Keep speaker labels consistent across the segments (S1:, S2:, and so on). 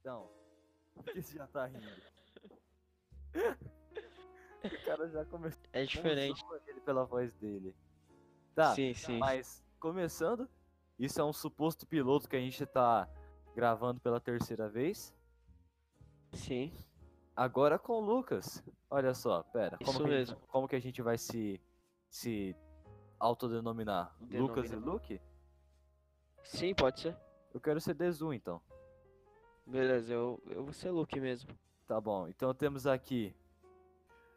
S1: Então, por que você já tá rindo? o cara já começou
S2: É diferente.
S1: a ele pela voz dele. Tá,
S2: sim, sim.
S1: mas começando, isso é um suposto piloto que a gente tá gravando pela terceira vez.
S2: Sim.
S1: Agora com o Lucas. Olha só, pera. Como,
S2: Isso
S1: que, a gente-
S2: mesmo.
S1: como que a gente vai se, se autodenominar?
S2: Denomina.
S1: Lucas e Luke?
S2: Sim, pode ser.
S1: Eu quero ser Dezu, então.
S2: Beleza, eu, eu vou ser Luke mesmo.
S1: Tá bom, então temos aqui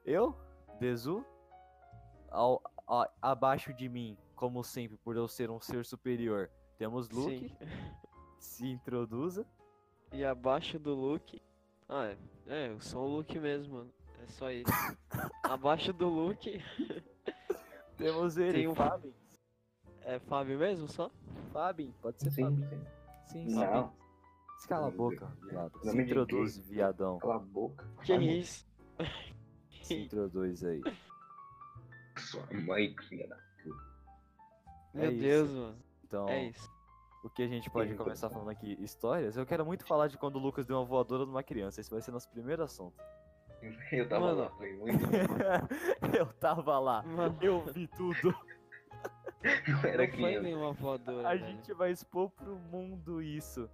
S1: eu, Dezu, ao, a- abaixo de mim, como sempre, por eu ser um ser superior, temos Luke,
S2: Sim.
S1: se introduza.
S2: E abaixo do Luke. Ah, é, é, eu sou o Luke mesmo, mano. É só isso. abaixo do Luke.
S1: Temos ele,
S2: Tem um-
S1: Fabin.
S2: É Fábio mesmo só?
S1: Fabin, pode ser Fabin.
S3: Sim, sim.
S1: Sim, sim.
S3: Não,
S1: Se Cala a
S3: Meu
S1: boca,
S3: Deus.
S1: viado.
S3: Nome
S1: Se
S3: de
S1: introduz,
S3: gay.
S1: viadão.
S3: cala a boca.
S2: Que
S3: Ah, não.
S2: isso?
S1: Se introduz aí.
S3: Sua mãe, filha da
S2: Meu
S1: É isso.
S2: Deus, mano.
S1: Então,
S2: É isso.
S1: o que a gente pode
S3: Sim.
S1: começar falando aqui? Histórias? Eu quero muito falar de quando o Lucas deu uma voadora numa criança. Esse vai ser nosso primeiro assunto.
S3: Eu tava
S2: Mano.
S3: lá, foi muito.
S1: eu tava lá.
S2: Mano,
S1: Eu vi tudo.
S3: Eu era
S2: não foi
S3: criança.
S2: nenhuma voadora.
S1: A
S2: velho.
S1: gente vai expor pro mundo isso.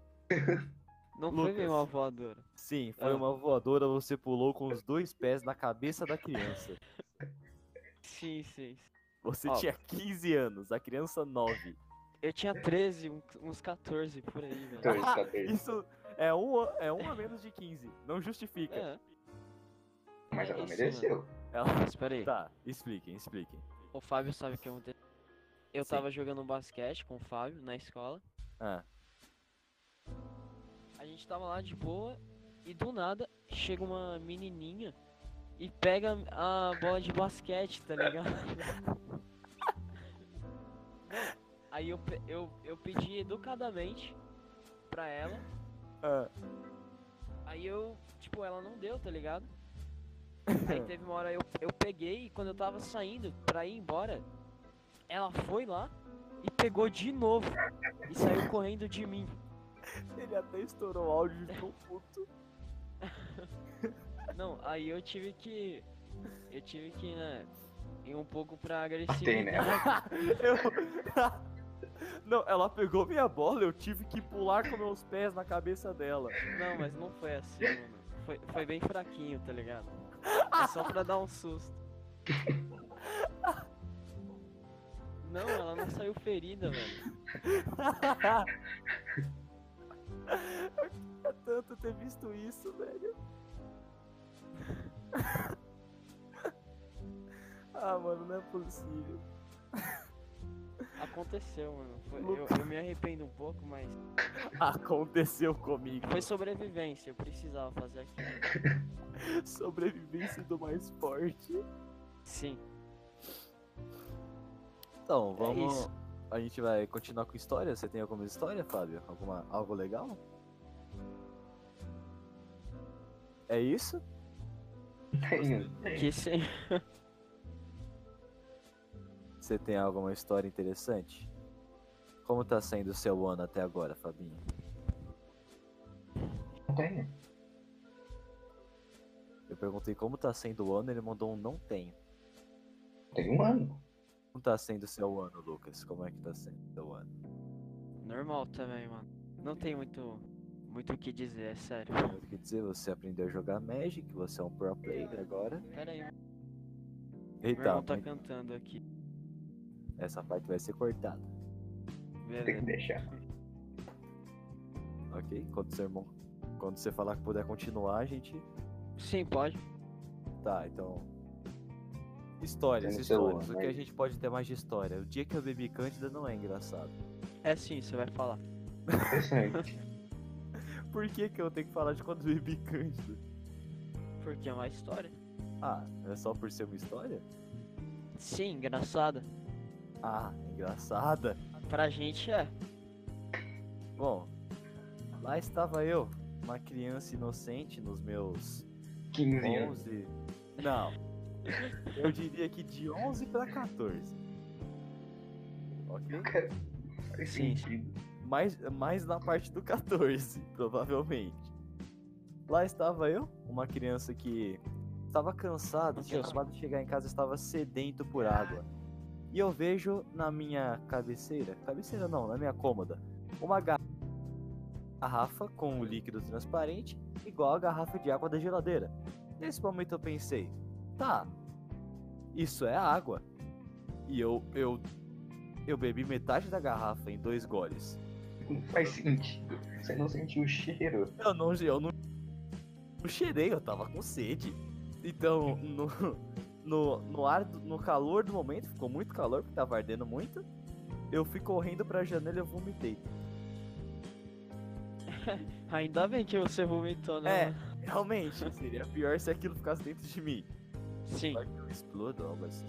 S2: Não foi
S1: Lucas.
S2: nenhuma voadora.
S1: Sim, foi
S2: Ah.
S1: uma voadora, você pulou com os dois pés na cabeça da criança.
S2: Sim, sim. sim.
S1: Você
S2: Ó.
S1: tinha 15 anos, a criança 9.
S2: Eu tinha 13, um- uns 14 por aí, velho.
S3: 14, 14.
S1: Isso é um, a- é um a menos de 15. Não justifica.
S2: É,
S3: Mas ela
S2: Isso,
S3: mereceu.
S1: Ela-
S2: espera aí.
S1: Tá, expliquem, expliquem.
S2: O Fábio sabe o que aconteceu. Eu
S1: Sim.
S2: tava jogando basquete com o Fábio na escola.
S1: Ah,
S2: A gente tava lá de boa e do nada chega uma menininha e pega a bola de basquete, tá ligado? Não, Aí eu, pe- eu, eu pedi educadamente pra ela.
S1: ah,
S2: Aí eu, tipo, ela não deu, tá ligado? Aí teve uma hora eu, eu peguei e quando eu tava saindo pra ir embora, ela foi lá e pegou de novo e saiu correndo de mim.
S1: ele até estourou o áudio de tão puto.
S2: Não, aí eu tive que. Eu tive que, né? Ir um pouco pra
S3: Bater
S2: agressividade.
S3: nela.
S1: Eu... Não, ela pegou minha bola, eu tive que pular com meus pés na cabeça dela.
S2: Não, mas não foi assim, mano. Foi, foi bem fraquinho, tá ligado? É só pra dar um susto. Não, ela não saiu ferida, velho.
S1: É tanto ter visto isso, velho. ah, mano, não é possível.
S2: Aconteceu, mano. Foi- eu, eu me arrependo um pouco, mas
S1: Aconteceu comigo.
S2: foi sobrevivência. Eu precisava fazer aquilo.
S1: Sobrevivência do mais forte.
S2: Sim.
S1: Então,
S2: vamos-
S1: vamos. a gente vai continuar com história. Você tem alguma história, Fábio? Alguma, algo legal? É isso?
S3: Tenho.
S2: Que sim.
S1: Você tem alguma história interessante? Como tá sendo o seu ano até agora, Fabinho?
S3: Não tenho.
S1: Eu perguntei como tá sendo o ano, ele mandou um não tenho.
S3: Teve um ano.
S1: Como tá sendo o seu ano, Lucas? Como é que tá sendo o seu ano?
S2: Normal também, mano. Não tem muito. Muito o que dizer, é sério.
S1: Eu queria dizer, você aprendeu a jogar Magic, você é um pro player agora.
S2: Pera aí, meu
S1: Eita,
S2: irmão tá cantando aqui.
S1: essa parte vai ser cortada.
S3: Tem que
S2: Beleza.
S3: deixar.
S1: Ok? Quando seu irmão. Quando você falar que puder continuar, a gente.
S2: Sim, pode.
S1: Tá, então. Histórias,
S3: Tem no seu
S1: histórias.
S3: ano,
S1: O que
S3: né?
S1: a gente pode ter mais de história? O dia que eu bebi Cândida não é engraçado.
S2: É sim, você vai falar.
S3: Interessante.
S1: Por que, que eu tenho que falar de quando eu bebi Cândida?
S2: Porque é uma história.
S1: Ah, é só por ser uma história?
S2: Sim, engraçada.
S1: Ah, engraçada.
S2: Pra gente é.
S1: Bom, lá estava eu, uma criança inocente nos meus
S3: 15 anos.
S1: 11. Não. Eu diria que de 11 pra 14. Ok?
S3: Cara, Faz
S2: Sim.
S3: sentido.
S1: Mais, mais na parte do 14, provavelmente. Lá estava eu, uma criança que estava cansada, tinha
S2: Ansioso.
S1: acabado de chegar em casa, estava sedento por água. E eu vejo na minha cabeceira, cabeceira não, na minha cômoda, uma ga- garrafa com um líquido transparente, igual a garrafa de água da geladeira. Nesse momento eu pensei, tá, isso é água. E eu, eu, eu bebi metade da garrafa em dois goles.
S3: Não faz sentido. Você não sentiu o cheiro.
S1: Eu não, eu não, não cheirei, eu tava com sede. Então, no, no, no, ar, do- no calor do momento, ficou muito calor, porque tava ardendo muito. Eu fui correndo pra janela e eu vomitei.
S2: Ainda bem que você vomitou, né?
S1: É. Realmente, seria pior se aquilo ficasse dentro de mim.
S2: Sim.
S1: Vai que eu explodo algo assim.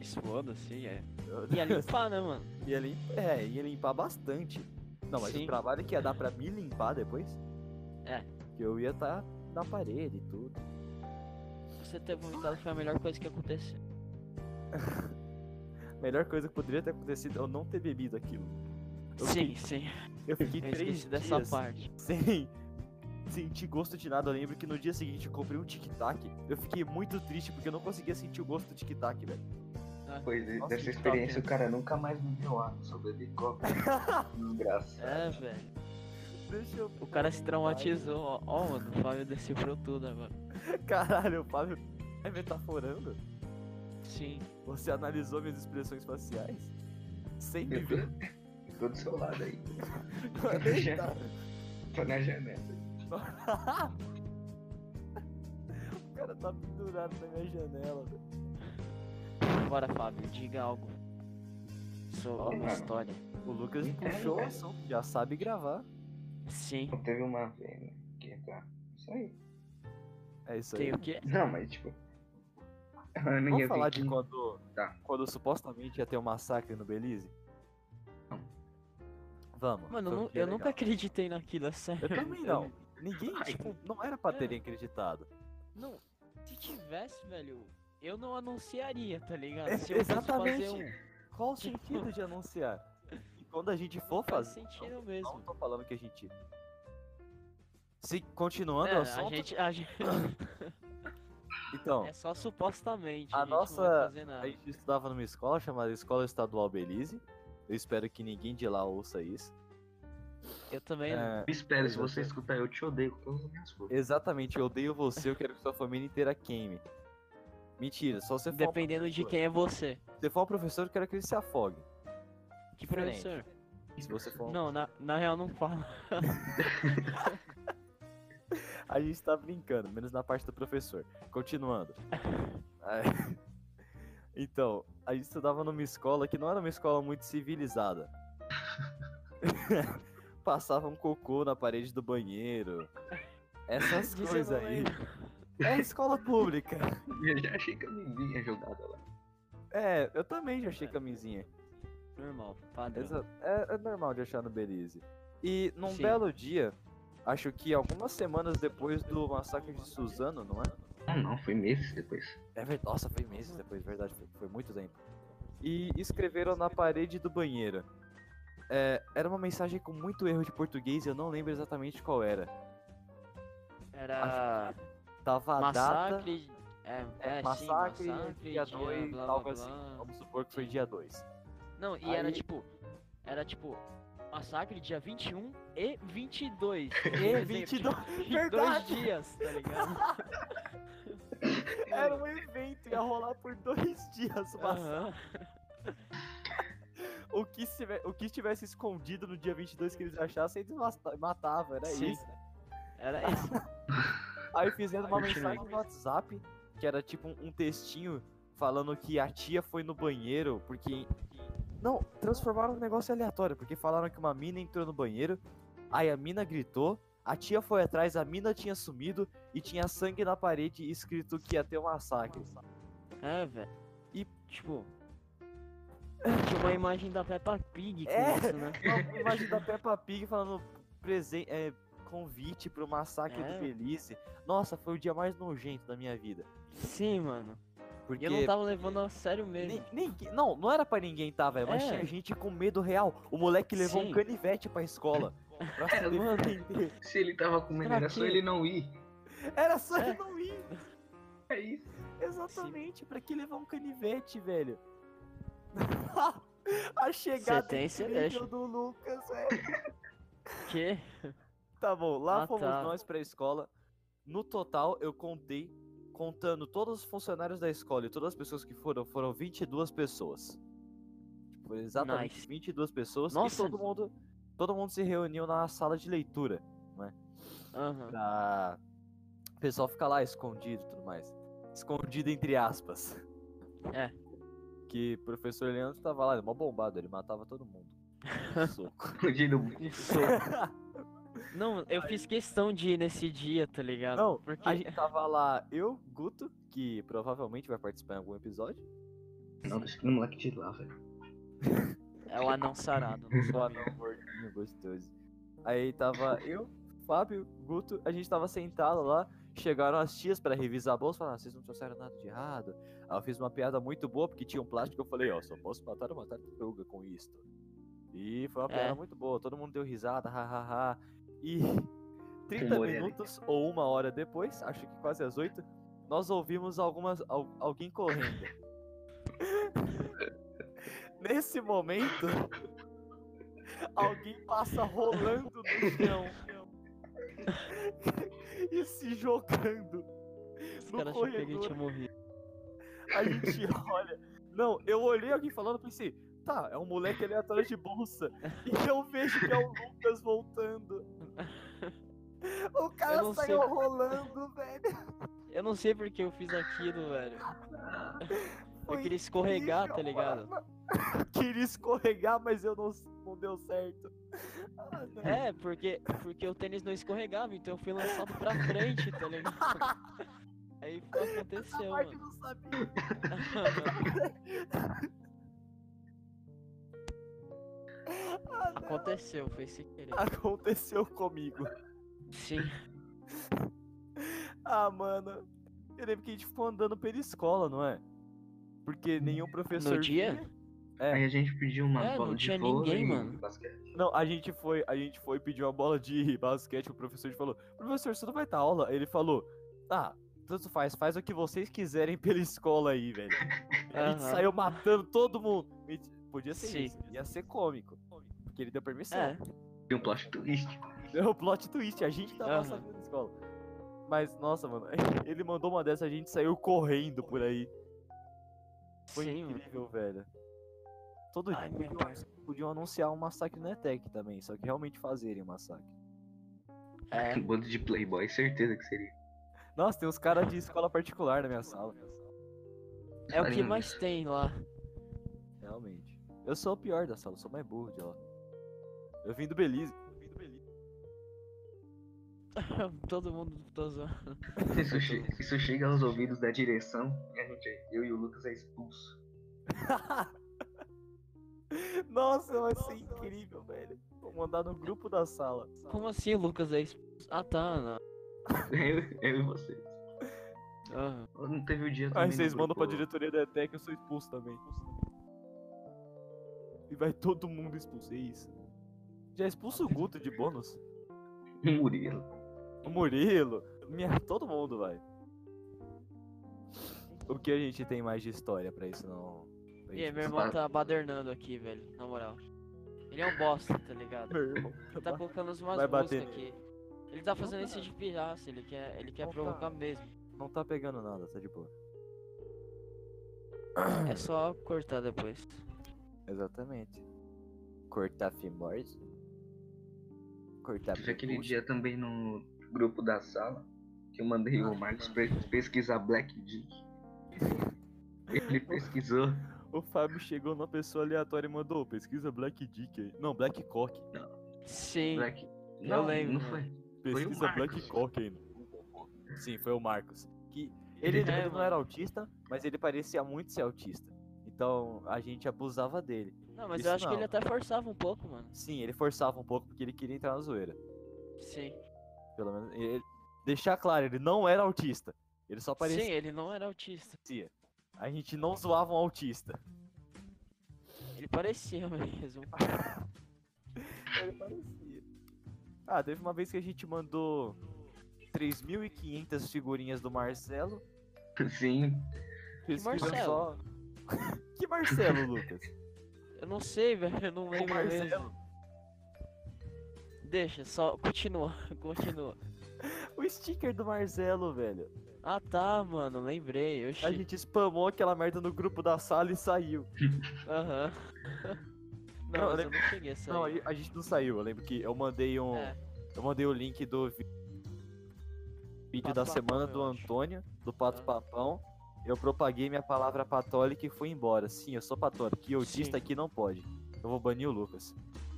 S2: Exploda, sim, é.
S1: Eu-
S2: Ia limpar, né, mano?
S1: ia limpar. É, ia limpar bastante. Não, mas
S2: Sim.
S1: o trabalho que ia dar pra me limpar depois.
S2: É.
S1: Que eu ia estar na parede e tudo.
S2: Você ter vomitado foi a melhor coisa que aconteceu.
S1: Melhor coisa que poderia ter acontecido é eu não ter bebido aquilo. Eu
S2: Sim, sim.
S1: Eu fiquei
S2: Eu
S1: três
S2: esqueci dessa
S1: dias
S2: parte.
S1: sem sentir gosto de nada. Eu lembro que no dia seguinte eu comprei um tic-tac. Eu fiquei muito triste porque eu não conseguia sentir o gosto do tic-tac, velho.
S3: Pois é,
S2: Nossa,
S3: dessa
S2: que
S3: experiência
S2: top.
S3: o cara nunca mais me deu água, só bebi coca. Desgraça.
S2: É, velho.
S1: Deixa eu.
S2: O cara se traumatizou, ó. Ó, mano, o Fábio decifrou tudo agora.
S1: Caralho, o Fábio é metaforando.
S2: Sim.
S1: Você analisou minhas expressões faciais? Sem me
S3: Eu tô,
S1: ver.
S3: eu tô do seu lado aí.
S1: Eita.
S3: Tô na janela.
S1: o cara tá pendurado na minha janela, velho.
S2: Bora, Fábio, diga algo. Sobre uma
S3: Mano.
S2: história.
S1: O Lucas
S3: Não tem,
S1: puxou o
S3: velho.
S1: assunto, já sabe gravar.
S2: Sim.
S3: Não teve uma vez, né? Que tá. Isso aí.
S1: É isso aí.
S2: Tem o quê?
S3: Não, mas tipo. Eu não
S1: Vamos
S3: ia vir
S1: falar
S3: aqui.
S1: de quando,
S3: Tá.
S1: quando supostamente ia ter um massacre no Belize?
S3: Não.
S1: Vamos.
S2: Mano, eu,
S1: foi um
S2: nu-
S1: dia
S2: eu
S1: legal.
S2: nunca acreditei É. naquilo, é sério.
S1: Eu também não. Ninguém,
S3: Ai.
S1: tipo, não era pra terem acreditado.
S2: Não, se tivesse, velho, eu não anunciaria, tá ligado?
S1: É,
S2: Se eu fosse
S1: exatamente.
S2: fazer um.
S1: Qual o sentido de anunciar? E quando a gente for
S2: Faz
S1: fazer.
S2: sentido
S1: não,
S2: mesmo.
S1: Não tô falando que a gente. Se continuando
S2: É,
S1: o
S2: a
S1: assunto,
S2: gente, a gente-
S1: então,
S2: é só supostamente.
S1: A
S2: gente
S1: nossa-
S2: Não vai fazer
S1: a
S2: nada.
S1: gente estudava numa escola chamada Escola Estadual Belize. Eu espero que ninguém de lá ouça isso.
S2: Eu também não.
S1: É,
S3: Eu espero, se você
S1: Exatamente.
S3: escutar, eu te odeio com todas as minhas forças.
S1: Exatamente, eu odeio você, eu quero que sua família inteira queime. Mentira, só você for, um-
S2: Dependendo de quem é você.
S1: se você for um professor, eu quero que ele se afogue.
S2: Que
S1: Diferente.
S2: professor?
S1: Se você for um-
S2: Não, na, na real não fala.
S1: A gente tá brincando, menos na parte do professor. Continuando. É. então, a gente estudava numa escola que não era uma escola muito civilizada. Passava um cocô na parede do banheiro. Essas
S2: Disso eu
S1: coisas
S2: não
S1: aí.
S2: lembro.
S1: É escola pública.
S3: Eu já achei que eu me vinha jogada lá.
S1: É, eu também já achei camisinha.
S2: Normal, padrão.
S1: Exa- É, é normal de achar no Belize. E num
S2: Sim.
S1: belo dia, acho que algumas semanas depois do massacre de Suzano, não é?
S3: Ah, não, foi meses depois.
S1: É verdade. Nossa, foi meses depois, verdade, foi, foi muito tempo. E escreveram na parede do banheiro. É, era uma mensagem com muito erro de português e eu não lembro exatamente qual era.
S2: Era.
S1: Tava a data.
S2: Massacre. É, é,
S1: massacre,
S2: sim, massacre,
S1: dia
S2: dia
S1: 2,
S2: blá, blá,
S1: algo
S2: blá.
S1: assim. Vamos supor que foi dia 2.
S2: Não, e era
S1: Aí-
S2: tipo. Era tipo. Massacre dia 21 e 22.
S1: E 22.
S2: tipo, Em dois
S1: Verdade!
S2: dias, tá ligado?
S1: Era um evento, ia rolar por dois dias o massacre.
S2: Aham.
S1: o, que estive- o que estivesse escondido no dia 22 que eles achassem, eles mata- matavam, era
S2: Sim.
S1: isso.
S2: Era esse.
S1: Aí fizeram uma
S3: Continue.
S1: mensagem no WhatsApp, que era tipo um textinho falando que a tia foi no banheiro, porque. Não, transformaram um negócio aleatório, porque falaram que uma mina entrou no banheiro, aí a mina gritou, a tia foi atrás, a mina tinha sumido e tinha sangue na parede escrito que ia ter um massacre.
S2: É, velho.
S1: E-
S2: tipo. Tinha uma imagem da Peppa Pig com
S1: É.
S2: isso, né?
S1: Uma imagem da Peppa Pig falando presen- é, convite pro massacre
S2: É.
S1: do Belize. Nossa, foi o dia mais nojento da minha vida.
S2: Sim, mano. E
S1: Porque
S2: eu não tava levando a sério mesmo.
S1: Nem, ninguém- não, não era pra ninguém tá, velho, mas
S2: É.
S1: tinha gente com medo real. O moleque levou um
S2: Sim. É,
S1: canivete pra escola. Pra se
S2: Mano.
S1: defender.
S3: Se ele tava com medo, era só
S2: Fraquinho.
S3: ele não ir.
S1: Era só
S2: É.
S1: eu não ir.
S3: É isso.
S1: Exatamente, pra que levar um canivete, velho? A chegada
S2: Cê tem, cê
S1: incrível
S2: deixa.
S1: do Lucas, velho.
S2: Que?
S1: Tá bom, lá
S2: Ah,
S1: fomos
S2: tá.
S1: nós pra escola. No total, eu contei, contando todos os funcionários da escola e todas as pessoas que foram, foram 22 pessoas. Tipo, exatamente
S2: Nice.
S1: 22 pessoas.
S2: Nossa.
S1: E todo mundo, todo mundo se reuniu na sala de leitura.
S2: Aham.
S1: Pra o pessoal ficar lá escondido e tudo mais. Escondido entre aspas.
S2: É.
S1: Que o professor Leandro tava lá, ele mó bombado, ele matava todo mundo. Com Soco.
S3: Fudido.
S2: Não, eu fiz questão de ir nesse dia, tá ligado?
S1: Não,
S2: porque.
S1: A gente tava lá, eu, Guto, que provavelmente vai participar em algum episódio.
S3: Não, deixa aquele moleque de lá, velho.
S2: É o anão sarado. não
S1: Só
S2: sou
S1: não gordinho gostoso. Aí tava eu, Fábio, Guto, a gente tava sentado lá. Chegaram as tias pra revisar a bolsa, falaram, "Ah, vocês não trouxeram nada de errado. Aí eu fiz uma piada muito boa, porque tinha um plástico, eu falei, ó, só posso matar uma tartaruga com isto. E foi uma
S2: É.
S1: piada muito boa, todo mundo deu risada, hahaha. E 30
S3: Humor é
S1: minutos ou uma hora depois, acho que quase às 8, nós ouvimos algumas, al- alguém correndo. Nesse momento, alguém passa rolando no chão e se jogando.
S2: Os
S1: No
S2: caras acham que a gente
S1: corredor.
S2: ia morrer.
S1: A gente olha. Não, eu olhei alguém falando e pensei, tá, é um moleque aleatório de bolsa. E eu vejo que é o Lucas voltando. O
S2: Eu
S1: cara
S2: não
S1: saiu
S2: sei.
S1: rolando, velho.
S2: Eu não sei porque eu fiz aquilo, velho.
S3: Ah,
S1: Foi
S2: Eu queria escorregar, tá
S1: incrível,
S2: ligado?
S1: mano. Queria escorregar, mas eu não, não deu certo. Ah, não.
S2: É, porque, porque o tênis não escorregava, então eu fui lançado pra frente, tá ligado? Aí foi o que aconteceu,
S1: Ai, que
S2: mano.
S1: não sabia. Ah, não. Ah,
S2: aconteceu, foi sem querer.
S1: Aconteceu comigo.
S2: Sim.
S1: Ah, mano. Eu lembro que a gente ficou andando pela escola, não é? Porque nenhum professor.
S2: dia?
S1: vinha.
S3: Aí a gente pediu uma
S2: É,
S3: bola
S2: não
S3: de
S2: tinha
S3: vôlei
S2: ninguém,
S3: e
S2: mano.
S3: basquete.
S1: Não, a gente foi, a gente foi pedir uma bola de basquete, o professor falou, professor, você não vai dar aula? Ele falou, ah, tanto faz, faz o que vocês quiserem pela escola aí, velho. A gente
S2: Aham. É,
S1: saiu matando todo mundo. Gente, Podia ser
S2: Sim.
S1: isso, ia ser cômico. Porque ele deu permissão.
S2: É.
S3: Tem um plot twist.
S1: Deu plot twist, a gente tava
S2: Aham.
S1: sabendo da escola. Mas, nossa, mano, ele mandou uma dessa, a gente saiu correndo por aí. Foi
S2: Sim, mano.
S1: incrível, velho. Todo
S2: Ai,
S1: dia
S2: meu
S1: podiam,
S2: parça.
S1: podiam anunciar um massacre no ETEC também, só que realmente fazerem um massacre.
S2: É.
S3: Um bando de playboy, certeza que seria.
S1: Nossa, tem uns caras de escola particular na minha sala.
S2: É o que
S3: Farinha.
S2: mais tem lá.
S1: Realmente. Eu sou o pior da sala, eu sou mais burro de lá. Eu vim do Belize.
S2: Todo mundo tá zoando.
S3: Isso, che- isso chega aos ouvidos da direção e a gente, eu e o Lucas é expulso.
S1: Nossa, vai ser incrível, velho. Vou mandar no grupo da sala.
S2: Como assim, Lucas? É expulso? Ah, tá. Não.
S3: Eu, eu e vocês.
S2: Aham.
S3: Não teve o dia também
S1: Aí
S3: no
S1: vocês mandam pra
S3: grupo.
S1: diretoria da ETEC, eu sou expulso também. E vai todo mundo expulso, é isso. Já expulso o Guto de bônus.
S3: Um Murilo.
S1: O Murilo. Minha, todo mundo, vai. O que a gente tem mais de história pra isso não... pra
S2: E
S1: gente
S2: aí, meu irmão tá badernando aqui, velho. Na moral. Ele é um bosta, tá ligado?
S1: Meu irmão.
S2: Ele tá colocando umas
S1: Vai
S2: músicas
S1: bater
S2: aqui. Ele tá fazendo isso de pirraça, ele quer, ele quer
S1: Não,
S2: provocar
S1: cara.
S2: mesmo.
S1: Não tá pegando nada, tá de boa.
S2: É só cortar depois.
S1: Exatamente. Cortar fimose. Cortar
S3: Teve aquele
S1: prepúcio.
S3: dia também no grupo da sala que eu mandei
S2: Ah,
S3: o Marcos pe- pesquisar Black Dick. Ele pesquisou.
S1: O Fábio chegou numa pessoa aleatória e mandou, pesquisa Black Dick aí. Não, Black Cock.
S2: Sim.
S1: é
S3: Black. Não,
S2: lembro,
S3: não
S2: mano.
S3: foi.
S1: Pesquisa Black
S3: Marcos.
S1: Cock aí. Sim, foi o Marcos. Que ele,
S2: É,
S1: ele não
S2: mano.
S1: era autista, mas ele parecia muito ser autista. Então a gente abusava dele.
S2: Não, mas
S1: Isso
S2: eu acho que
S1: não.
S2: ele até forçava um pouco, mano.
S1: Sim, ele forçava um pouco porque ele queria entrar na zoeira.
S2: Sim.
S1: Pelo menos. ele- deixar claro, ele não era autista. Ele só parecia.
S2: Sim, ele não era autista.
S1: A gente não zoava um autista.
S2: Ele parecia mesmo.
S1: Ele parecia. Ah, teve uma vez que a gente mandou 3.500 figurinhas do Marcelo.
S3: Sim.
S1: pesquisa
S2: Marcelo?
S1: Só... que Marcelo, Lucas?
S2: Eu não sei, velho, eu não lembro mesmo. Deixa, só continua, continua.
S1: O sticker do Marcelo, velho.
S2: Ah tá, mano, lembrei. Eu
S1: A gente spamou aquela merda no grupo da sala e saiu.
S2: Aham.
S1: Não,
S2: Não, mas eu
S1: lembra-
S2: não cheguei a sair.
S1: Não, aí a gente não saiu. Eu lembro que eu mandei um.
S2: É,
S1: Eu mandei o link do vi- vídeo
S2: Pato
S1: da
S2: Papão,
S1: semana
S2: eu
S1: do
S2: acho.
S1: Antônio, do Pato
S2: Ah.
S1: Papão. Eu propaguei minha palavra patólica e fui embora. Sim, eu sou patólico. E eu
S2: Sim.
S1: dista aqui não pode. Eu vou banir o Lucas.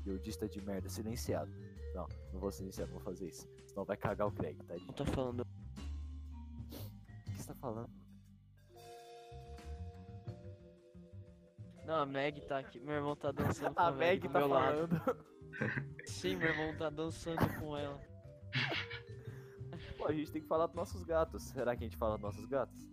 S1: E dista de merda, silenciado. Não, não vou silenciar, não vou fazer isso. Senão vai cagar o Craig, tadinho.
S2: não tô falando.
S1: O que você tá falando?
S2: Não, a Meg tá aqui. Meu irmão tá dançando com
S1: A
S2: ela
S1: Meg
S2: do
S1: tá
S2: meu lado.
S1: falando.
S2: Sim, meu irmão tá dançando com ela.
S1: Pô, a gente tem que falar dos nossos gatos. Será que a gente fala dos nossos gatos?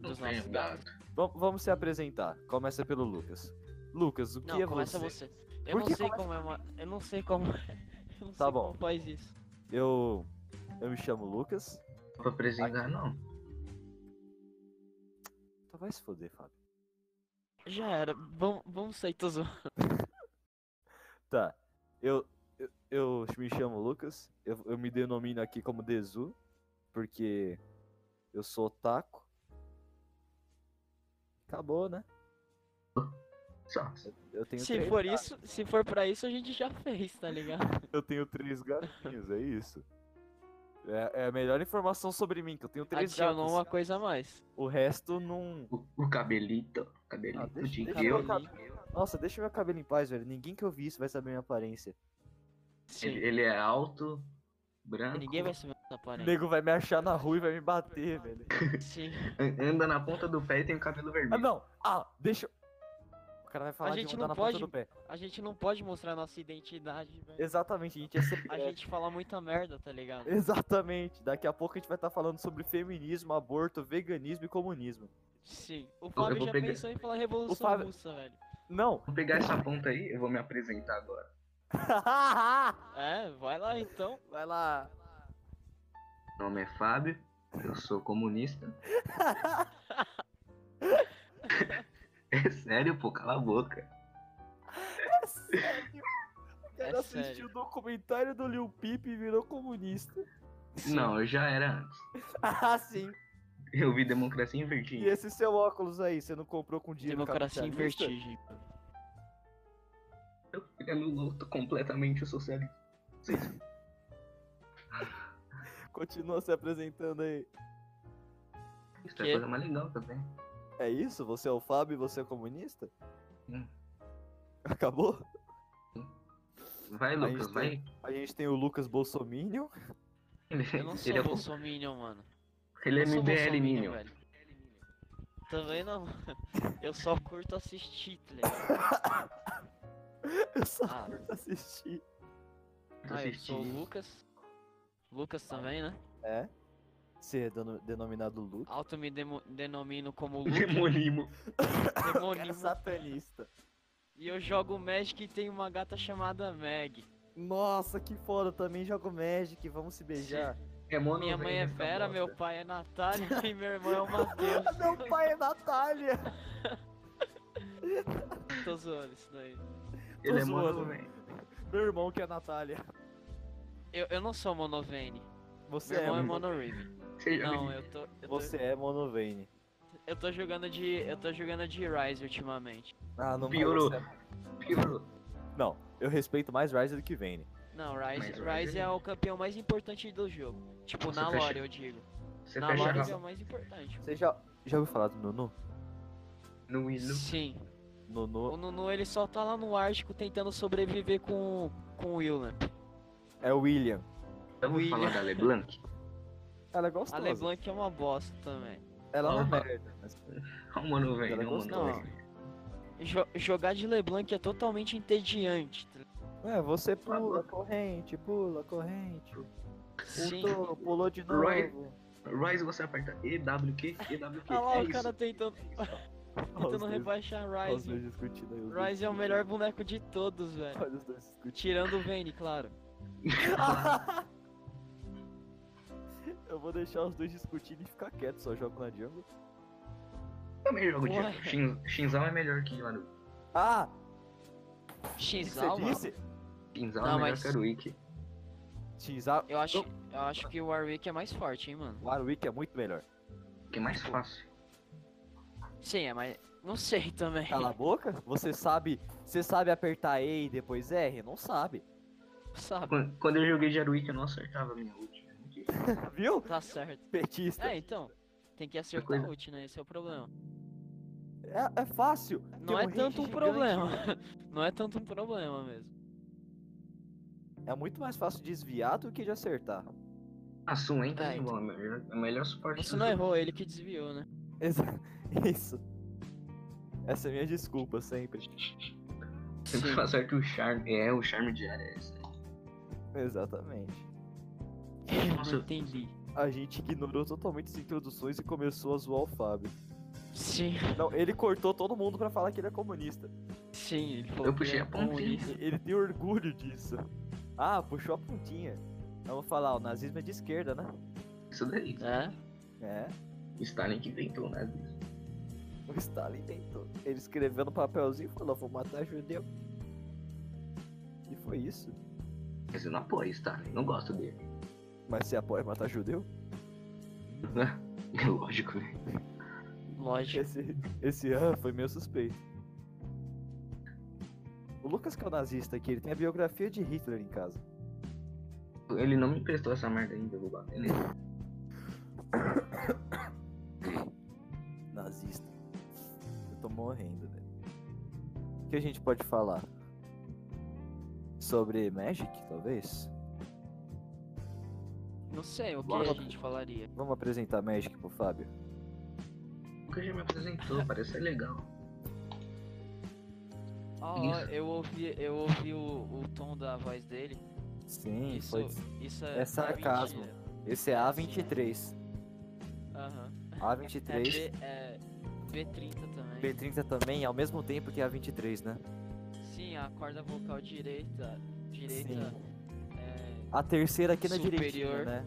S2: Dos
S3: Não tem
S2: nossos gatos.
S3: gato.
S1: Vam- vamos se apresentar. Começa pelo Lucas. Lucas, o que
S2: Não,
S1: é
S2: começa
S1: você?
S2: você. Eu
S1: Por
S2: não
S1: que
S2: sei
S1: começa-
S2: como é uma. Eu não sei como. Eu não
S1: Tá
S2: sei
S1: bom.
S2: como faz isso.
S1: Eu. Eu me chamo Lucas.
S3: Não pra apresentar, não.
S1: Então vai se foder, Fábio.
S2: Já era. Vamos, vamos sair, tô zoando.
S1: Tá. Eu, eu, eu me chamo Lucas. Eu, eu me denomino aqui como Dezu. Porque eu sou otaku. Acabou, né?
S3: Só.
S1: Eu tenho,
S2: Se
S1: três,
S2: for isso, se for pra isso, a gente já fez, tá ligado?
S1: eu tenho três gatinhos, é isso. É, é a melhor informação sobre mim, que eu tenho três
S2: Adicionou
S1: gatos.
S2: uma coisa a mais.
S1: O resto não.
S3: O, o cabelito. o
S1: Ah,
S3: Cabelito
S1: deixa-
S3: de
S1: deixa
S3: eu.
S1: meu cabelo- Nossa, deixa meu cabelo em paz, velho. Ninguém que eu vi isso vai saber minha aparência.
S2: Sim.
S3: Ele, ele é alto, branco.
S2: assim. Ninguém vai saber essa
S1: O
S2: parede.
S1: nego vai me achar na rua e vai me bater, velho.
S2: Sim.
S3: an- Anda na ponta do pé e tem o cabelo
S1: Ah,
S3: vermelho.
S1: não! Ah, deixa. O cara vai falar
S2: gente
S1: de
S2: não
S1: mudar na
S2: pode-
S1: ponta do pé.
S2: A gente não pode mostrar nossa identidade, velho.
S1: Exatamente, a gente é sempre.
S2: A gente fala muita merda, tá ligado?
S1: Exatamente. Daqui a pouco a gente vai estar falando sobre feminismo, aborto, veganismo e comunismo.
S2: Sim. O Fábio
S3: vou
S2: já
S3: pegar-
S2: pensou em falar Revolução
S1: Fábio-
S2: Russa, velho.
S1: Não!
S3: Vou pegar essa ponta aí, eu vou me apresentar agora.
S2: É, vai lá então.
S1: vai lá.
S3: Meu nome é Fábio, eu sou comunista. é sério, pô, cala a boca.
S1: É sério. O cara
S2: É
S1: assistiu
S2: sério.
S1: o documentário do Lil Peep e virou comunista.
S2: Sim.
S3: Não, eu já era antes.
S1: ah, sim.
S3: Eu vi democracia
S1: E
S3: invertida.
S1: esse seu óculos aí, você não comprou com dinheiro
S2: Democracia em
S1: capitalista?
S2: vertigem.
S3: Eu, eu não luto completamente o socialismo. Vocês-
S1: Continua se apresentando aí.
S3: Isso é
S2: Que?
S3: a coisa mais legal também.
S1: É isso? Você é o Fábio e você é comunista?
S3: Hum.
S1: Acabou?
S3: Vai, Lucas,
S1: Aí
S3: vai.
S1: A gente tem o Lucas Bolsominion.
S3: Ele,
S2: Eu não sou
S3: ele é,
S2: Bolsominion, mano.
S3: ele é
S2: Eu sou
S3: MBL
S2: bolsominion,
S3: Minion.
S2: velho. Também não. Eu só curto assistir, tá ligado?
S1: Eu só
S2: Ah.
S1: curto assistir.
S2: Ah, eu
S3: Assisti.
S2: sou o Lucas. Lucas também, né?
S1: É? Ser deno- denominado Lucas.
S2: Alto me demo- denomino como Lucas.
S3: Demolimo.
S1: Ah, Cara
S2: Demonimo.
S1: é satanista.
S2: E eu jogo Magic e tem uma gata chamada Meg.
S1: Nossa, que foda, também jogo Magic, vamos se beijar.
S3: É mono
S2: Minha mãe é
S3: velho, essa
S2: Vera,
S3: bosta.
S2: meu pai é Natália e meu irmão é o Matheus.
S1: Meu pai é Natália!
S2: Tô zoando isso daí.
S3: Ele é
S1: Tô
S3: mono
S1: zoando.
S3: velho.
S1: Meu irmão que é Natália.
S2: Eu, eu não sou monovene.
S1: Você
S2: Meu irmão
S3: um
S2: é
S1: é,
S2: monorib.
S3: Você já
S2: Não,
S3: viu?
S2: eu tô. Eu tô,
S1: você é Monovane.
S2: eu tô jogando de. Eu tô jogando de Rise ultimamente.
S1: Ah, não
S3: Piorou.
S1: fala isso, é-
S3: Piorou.
S1: Não, eu respeito mais Ryze do que Vayne.
S2: Não, Rise,
S3: Mas Rise
S2: Rise
S3: é-
S2: é o campeão mais importante do jogo. Tipo,
S3: Você
S2: na
S3: fecha-
S2: lore, eu digo.
S3: Você
S2: na lore ele
S3: fecha
S2: é
S3: a...
S2: o mais importante.
S1: Você já, já ouviu falar do Nunu?
S3: no hino.
S2: Sim. O
S1: Nunu
S2: Nunu ele só tá lá no Ártico tentando sobreviver com, com o Willan.
S1: é William.
S3: Vamos
S2: William.
S3: falar da LeBlanc?
S1: Ela é
S2: A
S1: gostosa.
S2: LeBlanc é uma bosta também.
S1: Ela é uma
S3: Opa.
S1: merda. mas-
S3: Ó, o mano velho,
S1: Ela
S3: ó, o
S1: gostou.
S3: mano velho.
S2: Jo- jogar de LeBlanc é totalmente entediante. tá ligado?
S1: É, você pula corrente, pula corrente.
S2: Sim.
S1: Pulou, pulou de novo.
S3: Right. Rise você aperta EWQ, EWQ.
S2: Olha Tá lá
S3: é
S2: o cara
S3: isso.
S2: tentando,
S1: Olha os
S2: tentando
S1: dois-
S2: rebaixar
S1: olha os
S2: Ryze. é
S1: dois discutindo aí. os dois
S2: Ryze é o melhor boneco de todos, velho.
S1: Olha os dois discutindo.
S2: Tirando o Vayne, claro.
S1: Eu vou deixar os dois discutindo e ficar quieto, só jogo na jungle.
S3: Também jogo de
S2: Ué.
S3: Shin- Shinzão é melhor que Iwaru.
S1: Ah, o que
S2: Xizal,
S1: você
S2: mano.
S1: disse?
S3: Shinzão
S2: Não,
S3: é melhor
S2: mas-
S3: que Aruiki.
S1: Xizal,
S2: Eu acho, eu acho que o Warwick é mais forte, hein, mano.
S1: Warwick é muito melhor.
S3: Que é mais fácil.
S2: Sim, é mais. Não sei também.
S1: Cala a boca? Você sabe, você sabe apertar E e depois R? Não sabe.
S2: Sabe?
S3: Quando, quando eu joguei de Aruiki, eu não acertava a minha ult. né? Era muito difícil.
S1: Viu?
S2: Tá certo.
S1: Petista.
S2: É, então. Tem que acertar
S3: coisa-
S2: o ult, né? Esse é o problema.
S1: É, é fácil.
S2: Não
S1: um
S2: é
S1: range
S2: tanto um
S1: gigante.
S2: problema. Não é tanto um problema mesmo.
S1: É muito mais fácil desviar do que de acertar.
S3: A Sun entra
S2: Ah,
S3: de bola, é melhor, é melhor suporte.
S2: Você
S3: do
S2: não
S3: jogo.
S2: errou, ele que desviou, né?
S1: Exa- Isso. Essa é minha desculpa sempre.
S3: Sempre acerta o charme. É, o charme de área é esse.
S1: Exatamente.
S2: Não
S3: Nossa.
S2: entendi.
S1: A gente ignorou totalmente as introduções e começou a zoar o Fábio.
S2: Sim,
S1: Não, ele cortou todo mundo pra falar que ele é comunista.
S2: sim, ele falou. que
S3: puxei
S2: ele
S3: a
S2: é
S3: pontinha.
S2: comunista.
S1: E- Ele tem orgulho disso. Ah, puxou a pontinha. Eu vou falar, o nazismo é de esquerda, né?
S3: Isso daí.
S2: É?
S1: É,
S3: O Stalin que inventou né?
S1: o Stalin tentou. Ele escreveu no papelzinho e falou, vou matar judeu. E foi isso.
S3: Mas eu não apoio o Stalin, não gosto dele.
S1: Mas você apoia matar judeu?
S3: É lógico, né?
S2: Lógico.
S1: Esse, esse ah, foi meio suspeito. O Lucas que é o nazista aqui, ele tem a biografia de Hitler em casa.
S3: Ele não me emprestou essa merda ainda, eu vou bater nele.
S1: Nazista. Eu tô morrendo, velho. O que a gente pode falar? Sobre Magic, talvez?
S2: Não sei o que
S3: Lógico.
S2: a gente falaria.
S1: Vamos apresentar Magic pro Fábio.
S3: Nunca já me apresentou, parece ser legal.
S2: Ó, ó, eu ouvi, eu ouvi o, o tom da voz dele.
S1: Sim,
S2: Isso,
S1: foi.
S2: isso
S1: É sarcasmo.
S2: mentira.
S1: Esse é A23.
S2: né? Aham. É,
S1: A23.
S2: B, é B30 também.
S1: B30 também, ao mesmo tempo que A23, né?
S2: Sim, a corda vocal direita. Direita.
S1: Sim.
S2: É,
S1: A terceira aqui na direitinha,
S2: superior.
S1: né?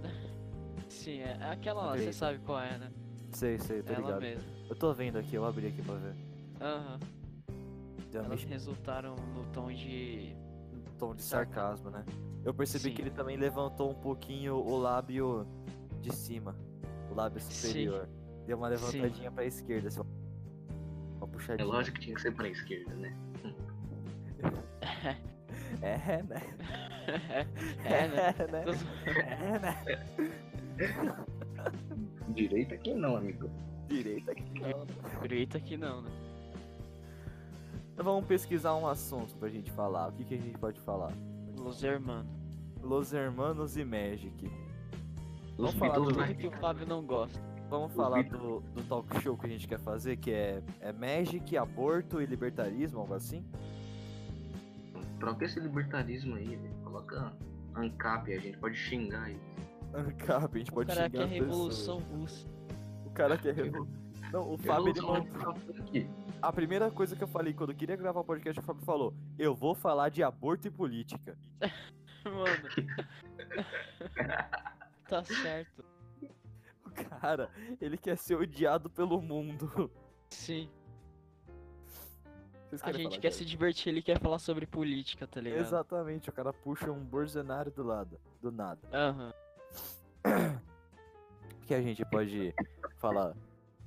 S2: Sim, é, é aquela lá,
S1: Direita.
S2: você sabe qual é, né?
S1: Sei, sei, tô
S2: Ela
S1: ligado. Tá
S2: mesma.
S1: Eu tô vendo aqui, eu abri aqui pra ver.
S2: Aham.
S1: Deu uma
S2: Elas resultaram no tom de.
S1: um tom de sarcasmo, né? Eu percebi
S2: Sim.
S1: que ele também levantou um pouquinho o lábio de cima, o lábio superior. Deu uma
S2: Sim.
S1: levantadinha pra esquerda, assim, uma
S3: É
S1: puxadinha.
S3: lógico que tinha que ser pra esquerda, né?
S1: É, né?
S2: é, né?
S1: É, né?
S2: Tô zo-
S1: É, né?
S3: Direita aqui não, amigo.
S1: Direita aqui.
S2: Direita que não, né?
S1: Então vamos pesquisar um assunto pra gente falar. O que, que a gente pode falar?
S2: Los Hermanos.
S1: Los Hermanos e Magic.
S3: Os
S1: falar
S3: Beatles
S1: do-
S3: vai.
S2: Tudo que o Fábio não gosta.
S1: Vamos
S3: Os
S1: falar
S3: Beatles.
S1: do, do talk show que a gente quer fazer, que é, é Magic, aborto e libertarismo, algo assim?
S3: Troca esse libertarismo aí, velho. Coloca ANCAP, a gente pode xingar aí.
S1: Ancap, a gente
S2: O
S1: pode
S2: cara
S1: xingar
S2: quer
S1: as pessoas.
S2: é revolução russa.
S1: O cara quer revolução. Não, o Fábio, ele
S3: Revolução
S1: mandou-
S3: aqui.
S1: A primeira coisa que eu falei quando eu queria gravar o podcast, o Fábio falou: Eu vou falar de aborto e política.
S2: Mano. tá certo.
S1: O cara, ele quer ser odiado pelo mundo.
S2: Sim.
S1: Vocês
S2: A
S1: querem
S2: gente
S1: falar
S2: quer
S1: disso?
S2: se divertir, ele quer falar sobre política, tá ligado?
S1: Exatamente, o cara puxa um Bolsonaro do lado, do nada.
S2: Aham.
S1: Que a gente pode falar: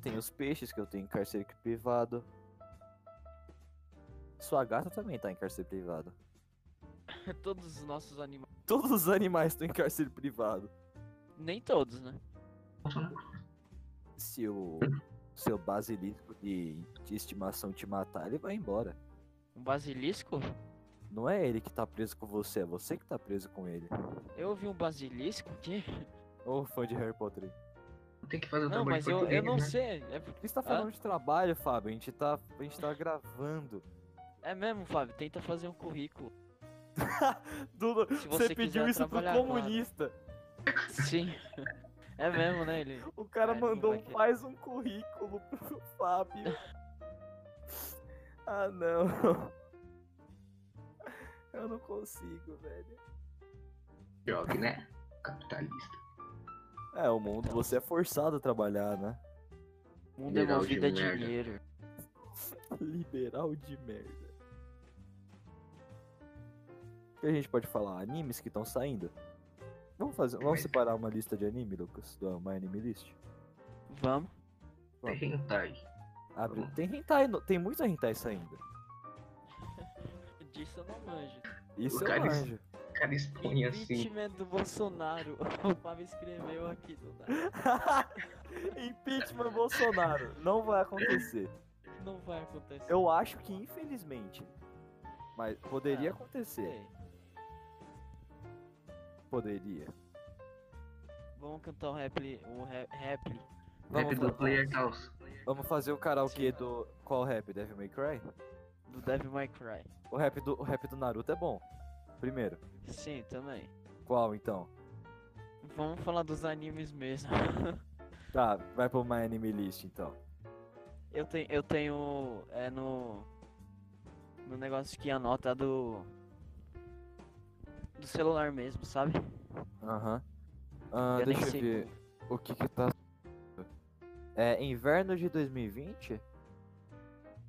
S1: Tem os peixes que eu tenho em cárcere privado. Sua gata também tá em cárcere privado.
S2: Todos os nossos animais.
S1: Todos os animais estão em cárcere privado.
S2: Nem todos, né?
S1: se o
S2: Uhum.
S1: seu basilisco de, de estimação te matar, ele vai embora.
S2: Um basilisco?
S1: Não é ele que tá preso com você, é você que tá preso com ele.
S2: Eu ouvi um basilisco? O quê?
S1: Ô, fã de Harry Potter.
S3: Tem que fazer o
S2: Não,
S3: trabalho
S2: mas
S3: de
S2: eu, eu
S3: português,
S2: não
S3: né?
S2: sei. É, por-
S1: Por que você tá falando de trabalho, Fábio? A gente tá, a gente tá gravando.
S2: é mesmo, Fábio. Tenta fazer um currículo.
S1: Duda,
S2: Se
S1: você
S2: você
S1: pediu
S2: quiser
S1: isso pro
S2: trabalhar agora.
S1: comunista.
S2: Sim. É mesmo, né? Ele.
S1: O cara
S2: É, ele não
S1: mandou
S2: vai querer.
S1: mais um currículo pro Fábio. ah, não. Eu não consigo, velho.
S3: Jogue, né? Capitalista.
S1: É, o mundo, você é forçado a trabalhar, né?
S2: O mundo é
S3: Liberal
S2: movido a
S3: de merda.
S2: dinheiro.
S1: Liberal de merda. O que a gente pode falar? Animes que estão saindo? Vamos fazer, vamos separar uma lista de anime, Lucas, do My Anime List?
S2: Vamos.
S3: É hentai.
S1: Abre- tem hentai, no- tem muito hentai saindo.
S2: Disso eu não manjo.
S1: Isso
S3: O
S1: eu
S3: cara es-
S1: manjo.
S3: O cara expõe assim.
S2: Impeachment do Bolsonaro. O Fábio escreveu aqui do nada.
S1: Impeachment Bolsonaro. Não vai acontecer.
S2: Não vai acontecer.
S1: Eu acho que, infelizmente. Mas poderia
S2: Ah,
S1: acontecer.
S2: sei.
S1: Poderia.
S2: Vamos cantar o rap. O rap. rap.
S3: Rap
S1: fa-
S3: do player tá- calça.
S1: vamos fazer o karaokê
S2: Sim.
S1: do. Qual rap? Devil May Cry?
S2: Do Devil May Cry.
S1: O rap, do, o rap do Naruto é bom. Primeiro.
S2: Sim, também.
S1: Qual então?
S2: Vamos falar dos animes mesmo.
S1: Tá, vai pro My Anime List então.
S2: Eu tenho. Eu tenho. É no. No negócio que anota do. Do celular mesmo, sabe?
S1: Aham. Ah,
S2: eu nem
S1: deixa eu
S2: sei
S1: ver
S2: como.
S1: o que que tá. É inverno de 2020?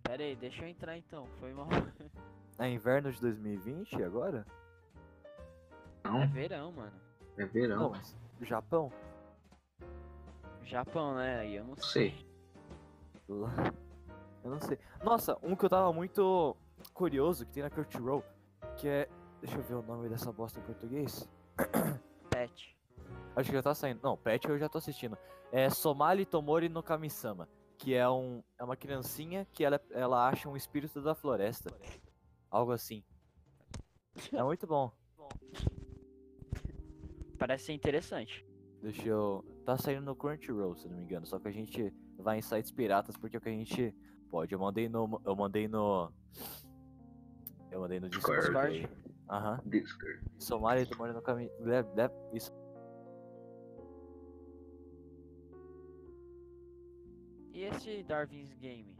S2: Pera aí, deixa eu entrar então. Foi mal.
S1: É inverno de 2020 agora?
S2: É
S3: Não,
S2: verão, mano.
S3: é verão.
S1: mas. Japão?
S2: Japão, né? Aí eu não
S3: Não
S2: sei.
S3: sei.
S1: Lá. Eu não sei. Nossa, um que eu tava muito curioso que tem na Crunchyroll, que é. Deixa eu ver o nome dessa bosta em português.
S2: Pet.
S1: Acho que já tá saindo. Não, Pet eu já tô assistindo. É Somali Tomori no Kamisama, que é um é uma criancinha que ela, ela acha um espírito da floresta. Algo assim. É muito bom.
S2: Parece ser interessante.
S1: Deixa eu. Tá saindo no Crunchyroll, se não me engano. Só que a gente vai em sites piratas porque é o que a gente pode. Eu mandei no. Eu mandei no. Eu mandei no Discord.
S2: Discord.
S1: Aham.
S3: Discord.
S1: Somália tá morando no caminho. Isso.
S2: E esse Darwin's Game?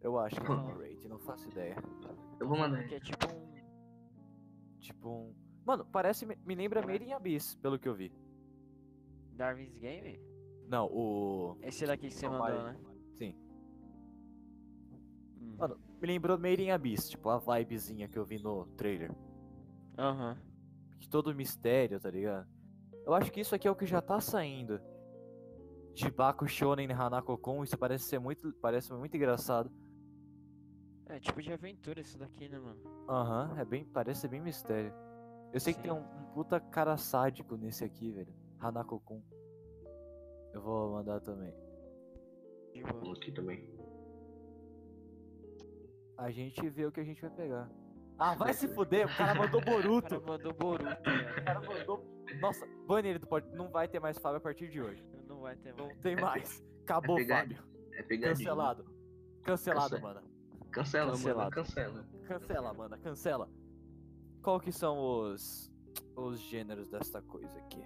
S1: Eu acho que é um rate, não faço ideia.
S3: Eu vou mandar.
S2: Que é tipo um.
S1: Tipo um. Mano, parece. Me me lembra
S2: é?
S1: Made in Abyss, pelo que eu vi.
S2: Darwin's Game?
S1: Não, o.
S2: Esse daqui que você
S1: Tomara.
S2: mandou, né?
S1: Sim.
S2: Hum.
S1: Mano. Me lembrou Made in Abyss, tipo a vibezinha que eu vi no trailer.
S2: Aham.
S1: De todo mistério, tá ligado? Eu acho que isso aqui é o que já tá saindo. De Baku Shonen Hanako Kon, isso parece ser muito. Parece muito engraçado.
S2: É tipo de aventura isso daqui, né, mano?
S1: Aham, é bem. Parece ser bem mistério. Eu sei que tem
S2: Sim.
S1: um, um puta cara sádico nesse aqui, velho. Hanako Kun. Eu vou mandar também.
S2: De boa.
S3: um aqui também.
S1: A gente vê o que a gente vai pegar. Ah, vai se fuder, o cara mandou
S2: O cara
S1: Boruto.
S2: mandou Boruto, tá
S1: O
S2: velho.
S1: cara mandou. Nossa, bane ele do pod... Não vai ter mais Fábio a partir de hoje.
S2: Não vai ter um
S1: Não
S2: mais.
S1: tem mais. Acabou,
S3: É pegadinha.
S1: Fábio.
S3: É pegadinha.
S1: Cancelado. Cancelado,
S3: Cancela.
S1: mano.
S3: Cancela,
S1: Cancelado.
S3: mano. Cancela.
S1: Cancela, mano. Cancela. Qual que são os. os gêneros desta coisa aqui?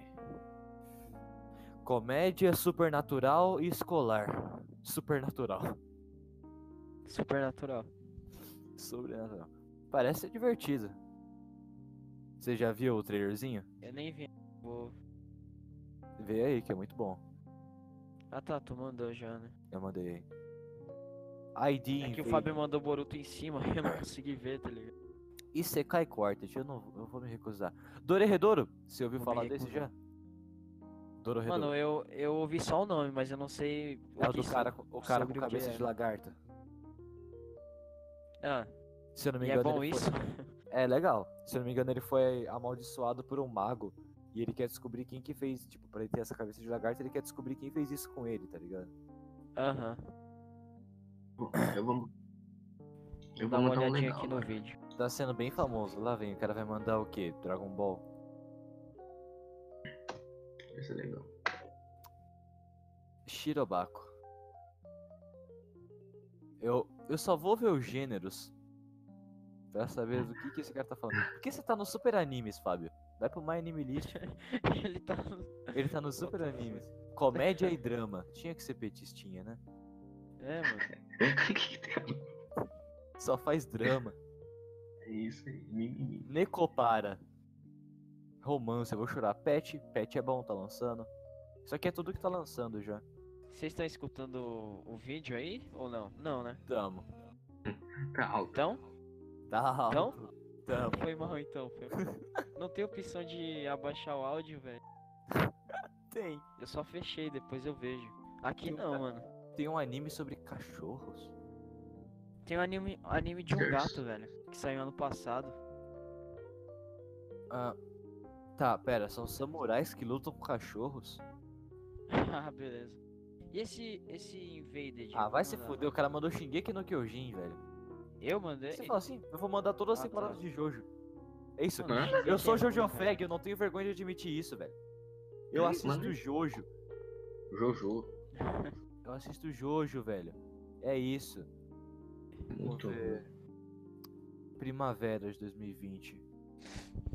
S1: Comédia, supernatural e escolar. Supernatural.
S2: Supernatural.
S1: Sobrenatural. Parece ser divertido. Você já viu o trailerzinho?
S2: Eu nem vi. Vou...
S1: Vê aí, que é muito bom.
S2: Ah tá, tu mandou já, né?
S1: Eu mandei. ID
S2: É que o
S1: Invader.
S2: Fábio mandou Boruto em cima, eu não consegui ver, tá ligado?
S1: Isekai é Quartet, eu não eu vou me recusar. Dorerredouro, você ouviu
S2: Vou me
S1: falar desse já?
S2: recusar.
S1: Dorerredouro.
S2: Mano, eu, eu ouvi só o nome, mas eu não sei. o
S1: é o
S2: que
S1: do
S2: isso-
S1: cara, com- o cara com
S2: sobre o que
S1: cabeça de
S2: é.
S1: lagarta.
S2: Ah,
S1: Se eu não me
S2: e é
S1: engano,
S2: bom
S1: ele foi-
S2: isso?
S1: É legal. Se eu não me engano, ele foi amaldiçoado por um mago e ele quer descobrir quem que fez, tipo, pra ele ter essa cabeça de lagarta, ele quer descobrir quem fez isso com ele, tá ligado?
S2: Aham.
S3: Bom, Eu vou. Eu
S2: Dá
S3: vou
S2: uma
S3: mandar um
S2: olhadinha
S3: legal.
S2: aqui no
S3: mano.
S2: vídeo.
S1: Tá sendo bem famoso. Lá vem, o cara vai mandar o quê? Dragon Ball.
S3: Esse é legal.
S1: Shirobako. Eu, eu só vou ver os gêneros pra saber do que, que esse cara tá falando. Por que você tá no Super Animes, Fábio? Vai pro My Anime List.
S2: Ele tá.
S1: Ele tá no Super Animes. Comédia e drama. Tinha que ser petistinha, né?
S2: É, mano.
S3: O que tem a ver?
S1: Só faz drama.
S3: É isso aí. mimimi.
S1: Necopara. romance, eu vou chorar. Pet, Pet é bom, tá lançando. Isso aqui é tudo que tá lançando já.
S2: Vocês estão escutando o- o vídeo aí ou não? Não, né?
S1: Tamo.
S3: Tá alto.
S2: Então,
S1: Tá
S2: Então?
S1: alto. Tamo.
S2: foi mal então. Foi mal. Não tem opção de abaixar o áudio, velho.
S1: Tem.
S2: Eu só fechei, depois eu vejo. Aqui
S1: Eu-
S2: não, mano.
S1: Tem um anime sobre cachorros.
S2: Tem um anime, anime de um
S3: Yes.
S2: gato, velho, que saiu ano passado.
S1: Ah, tá, pera, são samurais que lutam com cachorros?
S2: ah, beleza. E esse, esse Invaded?
S1: Ah,
S2: eu
S1: vai
S2: vou
S1: se
S2: mandar.
S1: fuder, o cara mandou Shingeki no Kyojin, velho.
S2: Eu é- mandei?
S1: Você fala assim, eu vou mandar toda a
S2: Ah,
S1: temporada
S2: tá.
S1: de Jojo. É isso.
S2: Mano,
S3: Hã?
S2: Shingeki
S1: Eu sou
S2: é ruim,
S1: Jojo
S2: velho.
S1: Fag, eu não tenho vergonha de admitir isso, velho. Eu
S3: Ih,
S1: assisto
S3: mano.
S1: Jojo.
S3: Jojo.
S1: Eu assisto Jojo, velho. É isso.
S3: Muito
S1: ver. Primavera de 2020.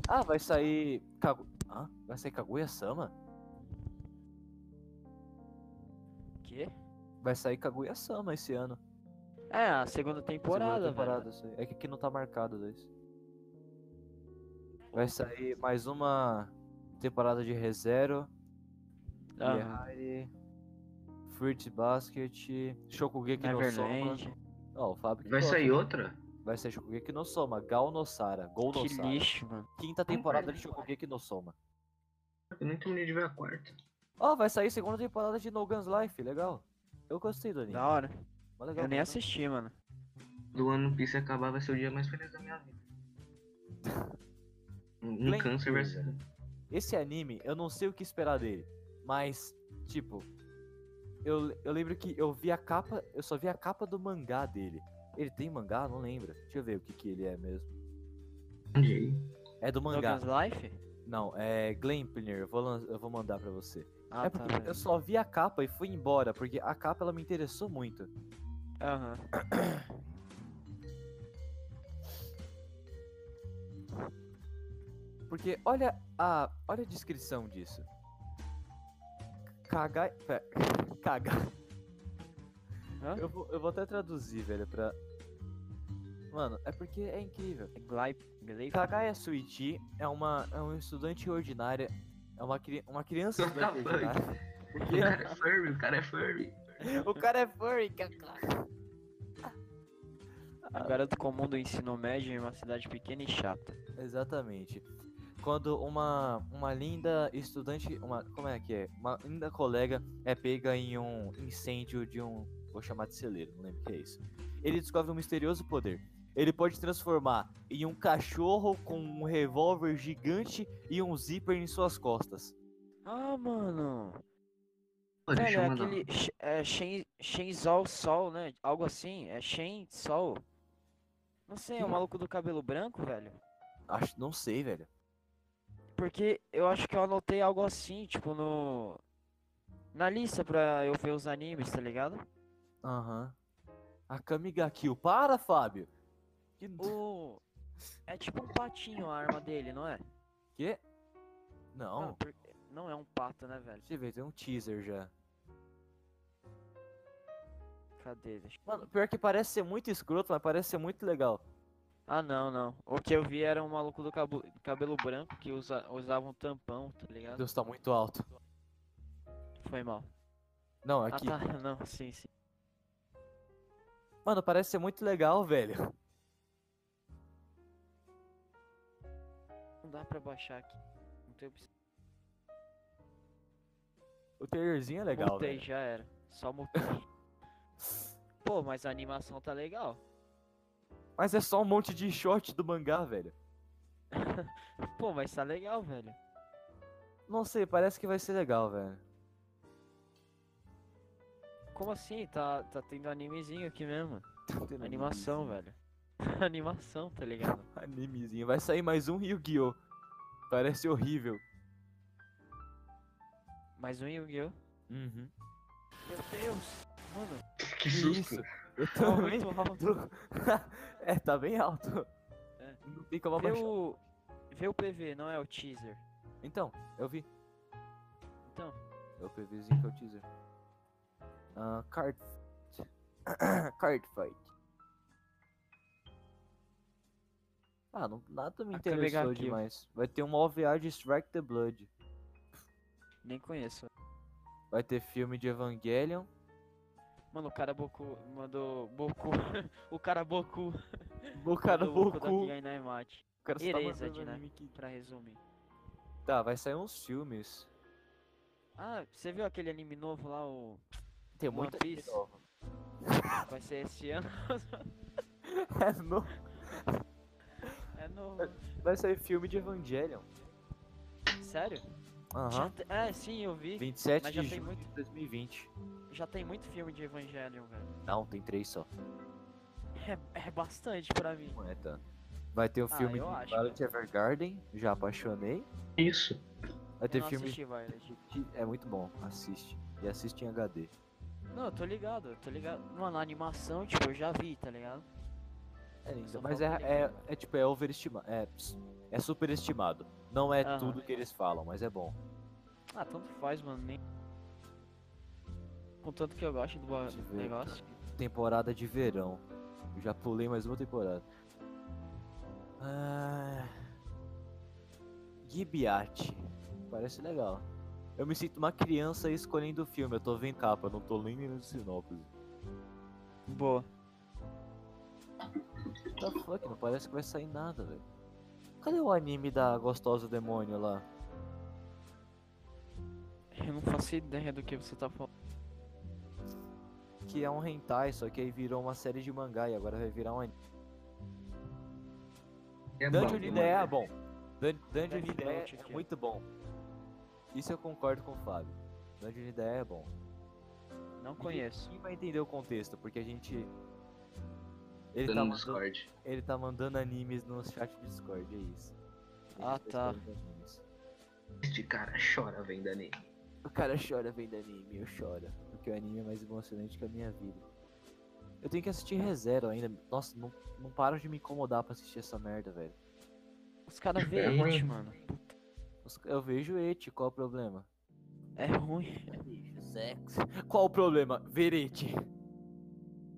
S1: Ah, vai sair. Kagu... Hã? Vai sair Kaguya-sama?
S2: Quê?
S1: Vai sair Kaguya-sama esse ano.
S2: É, a segunda temporada,
S1: Segunda temporada, sei. É que aqui não tá marcado dois. Vai sair mais uma temporada de ReZero,
S2: velho. Ah,
S1: Yehari, Fruit Basket, Shokugeki no Soma.
S2: Neverland.
S1: Ó, o Fábio que
S3: Vai
S1: gosta.
S3: sair outra?
S1: Vai sair Shokugeki no Soma, Gal no Sara, Gol no
S2: Que
S1: Sara.
S2: lixo, mano.
S1: Quinta temporada de Shokugeki no Soma.
S3: Eu nem terminei de ver a quarta.
S1: Ó, vai sair segunda temporada de No Guns Life, legal. Eu gostei do anime.
S2: Da hora.
S1: Mó legal.
S2: Eu nem assisti, mano.
S3: Do One Piece acabar vai ser o dia mais feliz da minha vida. Um
S1: Play-
S3: câncer vai ser.
S1: Esse anime, eu não sei o que esperar dele. Mas, tipo, eu, eu lembro que eu vi a capa, eu só vi a capa do mangá dele. Ele tem mangá? Não lembro. Deixa eu ver o que, que ele é mesmo.
S3: Onde um aí?
S1: É do mangá.
S2: Logan's Life?
S1: Não, é Glampner. Eu vou, lan- eu vou mandar pra você.
S2: Ah,
S1: é
S2: tá.
S1: porque eu
S2: beleza.
S1: só vi a capa e fui embora, porque a capa ela me interessou muito.
S2: Aham.
S1: Porque olha a, olha a descrição disso. Kagai. pera, Kaga.
S2: Hã?
S1: Eu vou, eu vou até traduzir, velho, pra. Mano, é porque é incrível.
S2: Glipe. Glipe.
S1: Kagaya Suichi é uma é um estudante ordinária. É uma, cri- uma criança
S3: What the
S1: estudante
S3: fuck?
S1: ordinária.
S3: O cara é furry, o cara é furry.
S1: o cara é furry, Kaká.
S2: Um garoto comum do ensino médio em uma cidade pequena e chata.
S1: Exatamente. Quando uma, uma linda estudante, uma como é que é? Uma linda colega é pega em um incêndio de um, vou chamar de celeiro, não lembro o que é isso. Ele descobre um misterioso poder. Ele pode transformar em um cachorro com um revólver gigante e um zíper em suas costas.
S2: Ah, mano.
S3: Pô,
S2: Velho,
S3: deixa eu
S2: é
S3: mandar.
S2: aquele Sh- é, Shen, Shenzol Sol, né? Algo assim. É Shen Sol. Não sei, é o maluco do cabelo branco, velho.
S1: Acho, não sei, velho.
S2: Porque eu acho que eu anotei algo assim, tipo, no. Na lista pra eu ver os animes, tá ligado?
S1: Aham. A Kamiga Kill. Para, Fábio. Que
S2: O. É tipo um patinho a arma dele, não é?
S1: quê?
S2: Mano,
S1: Não.
S2: por- Não é um pato, né, velho?
S1: Deixa eu ver, tem um teaser já.
S2: Cadê? Deixa-
S1: Mano, pior que parece ser muito escroto, mas parece ser muito legal.
S2: Ah, não, não. O que eu vi era um maluco do cabu- cabelo branco que usa... usava um tampão, tá ligado?
S1: Deus, tá muito alto.
S2: Foi mal.
S1: Não, é aqui.
S2: Ah, tá. Não, sim, sim.
S1: Mano, parece ser muito legal, velho.
S2: Não dá pra baixar aqui. Não tem opção.
S1: O trailerzinho é legal,
S2: Mutei,
S1: velho.
S2: já era. Só mutei. Pô, mas a animação tá legal.
S1: Mas é só um monte de short do mangá, velho.
S2: Pô, mas tá legal, velho.
S1: Não sei, parece que vai ser legal, velho.
S2: Como assim? Tá, tá tendo animezinho aqui mesmo.
S1: Tá tendo
S2: Animação, velho. animação, tá ligado?
S1: Animezinho. Vai sair mais um Yu-Gi-Oh! Parece horrível.
S2: Mais um Yu-Gi-Oh!
S1: Uhum.
S2: Meu Deus! Mano,
S3: um- Que
S1: Que
S3: susto.
S1: isso? Eu
S2: tá
S1: também
S2: muito alto.
S1: tô... é, tá bem alto.
S2: É.
S1: Não tem como
S2: Vê
S1: abaixar.
S2: o... Vê o PV, não é o teaser.
S1: Então, eu vi.
S2: Então,
S1: É o PVzinho que é o teaser. Ah, card fight. card fight. Ah, não, nada me
S2: Ah, quero pegar
S1: interessou
S2: aqui.
S1: demais. Vai ter um uma OVA de Strike the Blood.
S2: Nem conheço.
S1: Vai ter filme de Evangelion.
S2: Mano, o cara bocu, mandou bocu. o cara bocu.
S1: O cara
S2: mandou o Boku
S1: Boku.
S2: da Giga Inamate,
S1: O cara só tá
S2: Erased,
S1: mandando
S2: né?
S1: anime que-
S2: pra resumir.
S1: Tá, vai sair uns filmes.
S2: Ah, você viu aquele anime novo lá, o...
S1: Tem
S2: One
S1: muita anime
S2: Piece.
S1: nova.
S2: Vai ser esse ano?
S1: É novo.
S2: É novo.
S1: Vai sair filme de Evangelion.
S2: Sério?
S1: Aham.
S2: Já te- É, sim, eu vi.
S1: 27
S2: Mas já
S1: de
S2: tem
S1: junho
S2: muito.
S1: de 2020.
S2: Já tem muito filme de Evangelion, velho.
S1: Não, tem três só.
S2: É, é bastante pra mim.
S1: Não é tanto. Vai ter o
S2: Ah,
S1: filme
S2: eu
S1: de
S2: acho, Uhum.
S1: Violet Evergarden. Já apaixonei.
S3: Isso.
S1: Vai
S2: Eu
S1: ter
S2: não
S1: filme
S2: assisti, Violet.
S1: de- É muito bom. Assiste. E assiste em HD.
S2: Não, eu tô ligado, eu tô ligado. Mano, a animação, tipo, eu já vi, tá ligado?
S1: É lindo,
S2: Só
S1: mas é,
S2: falta
S1: é,
S2: ligar.
S1: é tipo, é overestimado. É, ps- é superestimado. Não é
S2: Aham.
S1: tudo que eles falam, mas é bom.
S2: Ah, tanto faz, mano. Nem... Contanto que eu gosto do ba-
S1: Deixa eu ver
S2: negócio.
S1: Temporada de verão. Eu já pulei mais uma temporada. Ah... Gibiate. Parece legal. Eu me sinto uma criança escolhendo o filme. Eu tô vendo capa, não tô nem lendo sinopse.
S2: Boa.
S1: What the fuck, não parece que vai sair nada, velho. Cadê o anime da Gostosa Demônio lá?
S2: Eu não faço ideia do que você tá falando.
S1: Que é um hentai, só que aí virou uma série de mangá e agora vai virar um anime.
S3: É
S1: Dungeon
S3: bom,
S1: Ideia
S3: mano.
S1: é bom. Dun- Dungeon
S2: Death
S1: Ideia
S2: Note
S1: é
S2: aqui, ó.
S1: muito bom. Isso eu concordo com o Fábio. Dungeon Ideia é bom.
S2: Não
S1: E
S2: conheço.
S1: Quem vai entender o contexto? Porque a gente. Ele
S3: Tá
S1: tá,
S3: no
S1: mandando,
S3: Discord.
S1: ele tá mandando animes no chat do Discord, é isso. Ele
S2: Ah, tá.
S1: escolhendo animes.
S3: Este cara chora vendo anime.
S1: O cara chora vendo anime, eu choro. Porque o anime é mais emocionante que a minha vida. Eu tenho que assistir ReZero ainda. Nossa, não, não param de me incomodar pra assistir essa merda, velho.
S2: Os caras vê
S3: É ruim.
S2: it, mano.
S1: Os- Eu vejo et, qual o problema?
S2: É ruim.
S1: Sexo. Qual o problema? Verete.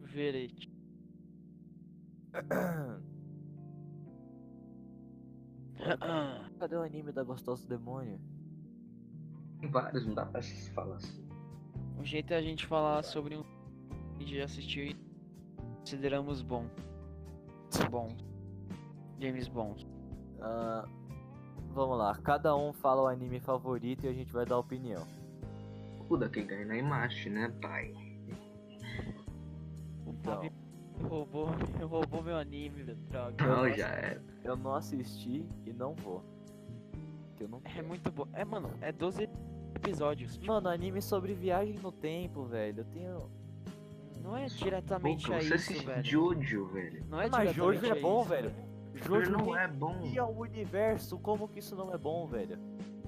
S2: Ver it.
S1: Cadê o anime da Gostosa Demônio?
S3: Tem vários, não dá pra se falar assim.
S2: O jeito é a gente falar sobre um que a gente já assistiu e consideramos bom. Bom. James Bond.
S1: Ah, vamos lá, cada um fala o anime favorito e a gente vai dar opinião.
S3: O da quem ganha na imagem, né, pai?
S2: O
S1: Então,
S2: Fábio roubou, roubou meu anime, velho, droga.
S3: Não,
S1: gosto.
S3: já é.
S1: eu não assisti e não vou. Que eu não
S2: É
S1: quero.
S2: muito bom. É, mano, é 12 episódios. tipo,
S1: Mano, anime sobre viagem no tempo, velho. Eu tenho.
S2: não é diretamente
S3: Pô,
S2: a
S3: você
S2: isso,
S3: assiste
S2: velho.
S3: Jojo, velho.
S2: Não é
S1: Mas
S2: diretamente
S1: Jojo é
S2: a
S1: bom,
S2: isso,
S1: velho.
S3: Jojo não
S1: tem-
S3: é bom.
S1: E ao universo, como que isso não é bom, velho?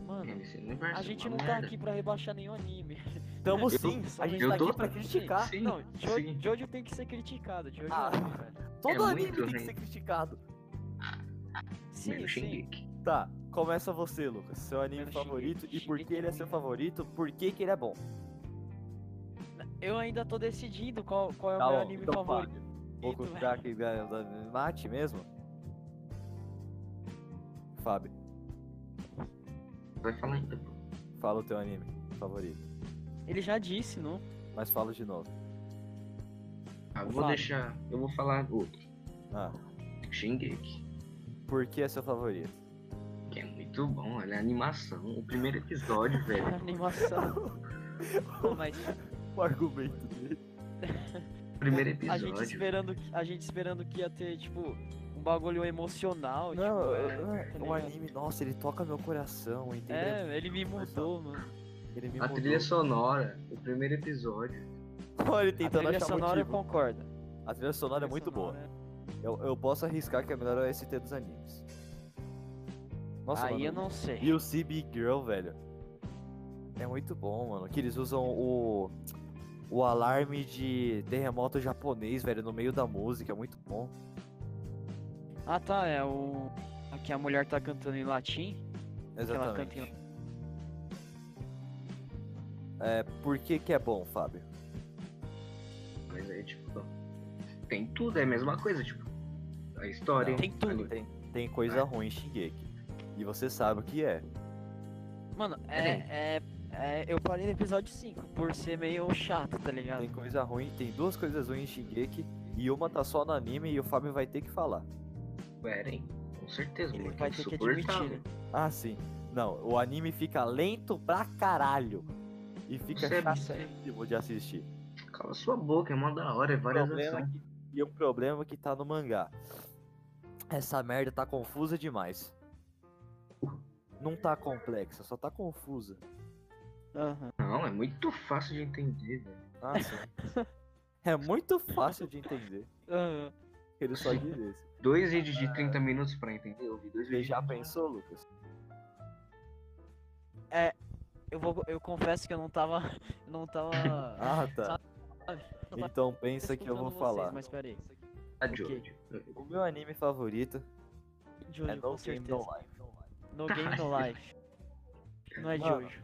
S2: Mano,
S3: Esse universo
S2: a
S3: é
S2: gente
S3: uma
S2: não tá
S3: merda.
S2: aqui pra rebaixar nenhum anime.
S1: Tamo
S3: Eu-
S1: sim, a gente
S3: eu
S1: tá
S3: dou-
S1: aqui pra criticar.
S3: Sim,
S2: Não, Jo-
S3: sim.
S2: Jojo tem que ser criticado. Jojo
S1: Ah.
S2: não, velho.
S1: Todo
S3: É
S1: anime
S3: muito
S1: tem que
S3: ruim.
S1: ser criticado.
S2: Sim,
S3: Menos
S2: sim.
S3: Shingeki.
S1: Tá, começa você, Lucas. Seu anime
S2: Menos
S1: favorito
S2: Shingeki. Então,
S1: e por que ele é seu favorito, por que, que ele é bom.
S2: Eu ainda tô decidindo qual, qual é o
S1: Tá
S2: meu
S1: bom,
S2: anime
S1: então
S2: favorito.
S1: fala. Vou
S2: velho.
S1: contar que ganha da mate mesmo? Fábio,
S3: Vai falar então.
S1: fala o teu anime favorito.
S2: Ele já disse, não?
S1: Mas fala de novo.
S3: Ah, eu vou
S2: Fala.
S3: deixar. Eu vou falar outro.
S1: Ah,
S3: Shingeki.
S1: por que é seu favorito?
S3: Que é muito bom, olha a animação. O primeiro episódio,
S2: A
S3: velho.
S2: animação. Não, mas
S1: O argumento dele.
S3: O primeiro
S2: a gente
S3: episódio.
S2: esperando, que- a gente esperando que ia ter tipo um bagulho emocional,
S1: Não,
S2: tipo,
S1: eu-
S2: é,
S1: eu-
S2: tá
S1: o
S2: ligado?
S1: anime, nossa, ele toca meu coração, entendeu?
S2: É, ele me
S1: Então tá.
S2: mudou, mano.
S1: Ele me
S3: A
S1: mudou.
S3: trilha sonora, o primeiro episódio.
S1: Olha, ele
S2: A
S1: tentando
S2: trilha
S1: achar
S2: sonora eu
S1: motivo.
S2: concordo.
S1: A trilha sonora é
S2: Trilha
S1: muito boa.
S2: sonora, né?
S1: Eu, eu posso arriscar que é a melhor OST dos animes. Nossa,
S2: Aí
S1: mano,
S2: eu não sei.
S1: E o CB Girl, velho. É muito bom, mano. Que eles usam o. O alarme de terremoto japonês, velho, no meio da música. É muito bom.
S2: Ah tá, é o. Aqui a mulher tá cantando em latim. que Ela canta
S1: Exatamente.
S2: em...
S1: É, por que que é bom, Fábio?
S3: Mas aí, tipo, tem tudo, é a mesma coisa, tipo. A história,
S2: Tem tudo. Né?
S3: ali,
S1: Tem, tem coisa ruim em Shingeki. E você sabe o que é.
S2: Mano, é, é, é- Eu parei no episódio 5 por ser meio chato, tá ligado?
S1: Tem coisa ruim, tem duas coisas ruins em Shingeki e uma tá só no anime e o Fábio vai ter que falar.
S3: Eren, com certeza,
S2: Ele
S3: moleque.
S2: vai ter que admitir, né?
S3: insuportável.
S1: Ah, sim. Não, o anime fica lento pra caralho. E fica
S3: Isso é
S1: chatíssimo de assistir.
S3: Cala sua boca, é mó da hora, é várias
S1: problema
S3: ações.
S1: que- e o problema que tá no mangá. Essa merda tá confusa demais. Não tá complexa, só tá confusa.
S2: Aham.
S3: Não, é muito fácil de entender, velho.
S1: Ah, sim. é muito fácil de entender.
S2: Aham.
S1: Ele só diz isso.
S3: Dois vídeos de 30 minutos pra entender, eu vi dois
S1: Você
S3: vídeos.
S1: já pensou, Lucas?
S2: Eu, vou, eu confesso que eu não tava. eu Não tava.
S1: Ah, tá. Então pensa que eu vou
S2: escutando vocês,
S1: falar.
S2: Mas peraí.
S3: Ah,
S2: ok.
S3: Jojo.
S1: O meu anime favorito
S2: Jojo,
S1: é
S2: com
S1: No Game
S2: certeza.
S1: No Life.
S2: No Game No Life. Não é
S1: Mano,
S2: Jojo.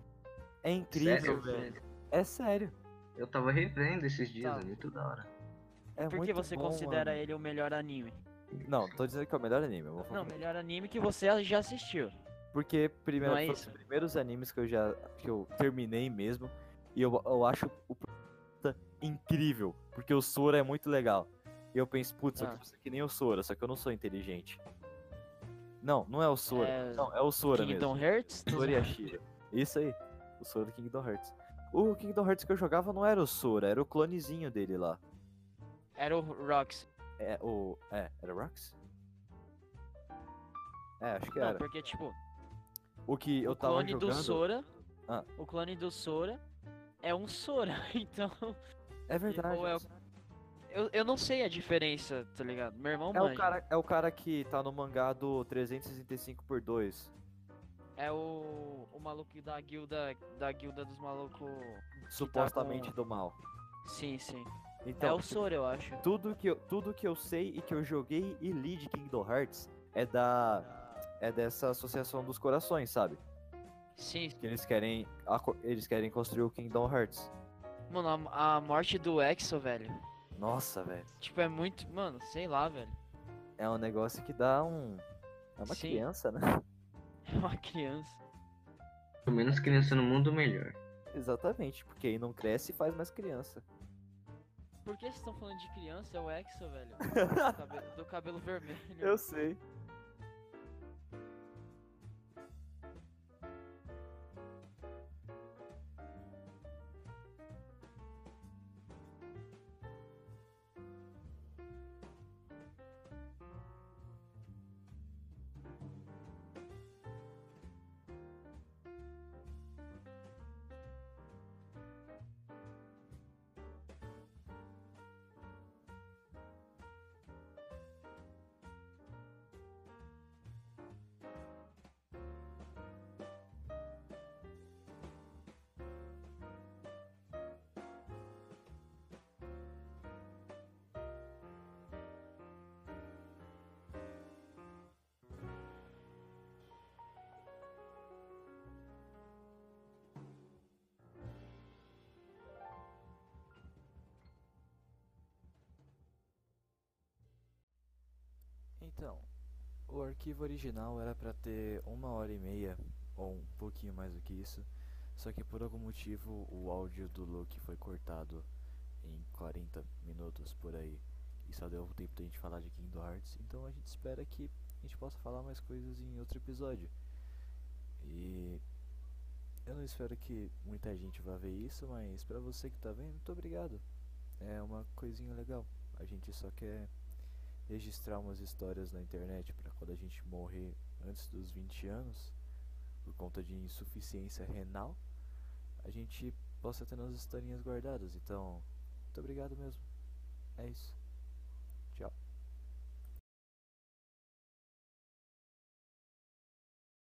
S1: É
S3: Sério,
S1: incrível, velho.
S3: velho.
S1: É sério.
S3: Eu tava revendo esses dias,
S2: Tá.
S3: é muito da hora.
S1: É
S2: Por que
S1: muito
S2: você
S1: bom,
S2: considera
S1: mano.
S2: ele o melhor anime?
S1: Não, tô dizendo que é o melhor anime. Eu vou falar.
S2: Não, melhor anime que você já assistiu.
S1: Porque primeiro,
S2: Não é
S1: foi
S2: isso?
S1: um dos primeiros animes que eu já que eu terminei mesmo. E eu, eu acho o protagonista incrível. Porque o Sora é muito legal. E eu penso, putz, eu
S2: Ah.
S1: quero ser que nem o Sora, só que eu não sou inteligente. Não, não é o Sora.
S2: É,
S1: Não, é o Sora
S2: Kingdom
S1: mesmo.
S2: Hearts?
S1: Sora e a Shira. Isso aí. O Sora do Kingdom Hearts. O Kingdom Hearts que eu jogava não era o Sora, era o clonezinho dele lá.
S2: Era o Rox.
S1: É, o. É, era o Rox? É, acho que
S2: Não,
S1: era.
S2: porque tipo,
S1: O que eu
S2: o
S1: tava
S2: clone do
S1: jogando.
S2: Sora.
S1: Ah.
S2: O clone do Sora é um Sora. Então,
S1: É verdade.
S2: ou é o- eu, eu não sei a diferença, tá ligado? Meu irmão
S1: É
S2: manja.
S1: o, cara, é o cara que tá no mangá do 365 por 2
S2: É o, o maluco da guilda. Da guilda dos malucos.
S1: supostamente do mal.
S2: Sim, sim. tá é
S1: Então,
S2: o Sora, eu acho.
S1: tudo, que eu, tudo que eu sei e que eu joguei e li de Kingdom Hearts é da. É dessa associação dos corações, sabe?
S2: Sim, sim.
S1: Que eles querem. aco- Eles querem construir o Kingdom Hearts.
S2: mano, a, a morte do Exo, velho.
S1: Nossa, velho.
S2: Tipo, é muito. Mano, sei lá, velho.
S1: É um negócio que dá um. É uma
S2: Sim.
S1: criança, né?
S2: É uma criança.
S3: Pelo menos criança no mundo, melhor.
S1: Exatamente, porque aí não cresce e faz mais criança.
S2: Por que vocês estão falando de criança? É o Exo, velho. Do cabelo, do cabelo vermelho.
S1: sei. Então, o arquivo original era pra ter uma hora e meia, ou um pouquinho mais do que isso, só que por algum motivo o áudio do Luke foi cortado em 40 minutos por aí, e só deu tempo da gente falar de Kingdom Hearts, então a gente espera que a gente possa falar mais coisas em outro episódio. E eu não espero que muita gente vá ver isso, mas pra você que tá vendo, muito obrigado. É uma coisinha legal. A gente só quer registrar umas histórias na internet para quando a gente morrer antes dos 20 anos, por conta de insuficiência renal, a gente possa ter nossas historinhas guardadas. Então, muito obrigado mesmo. É isso.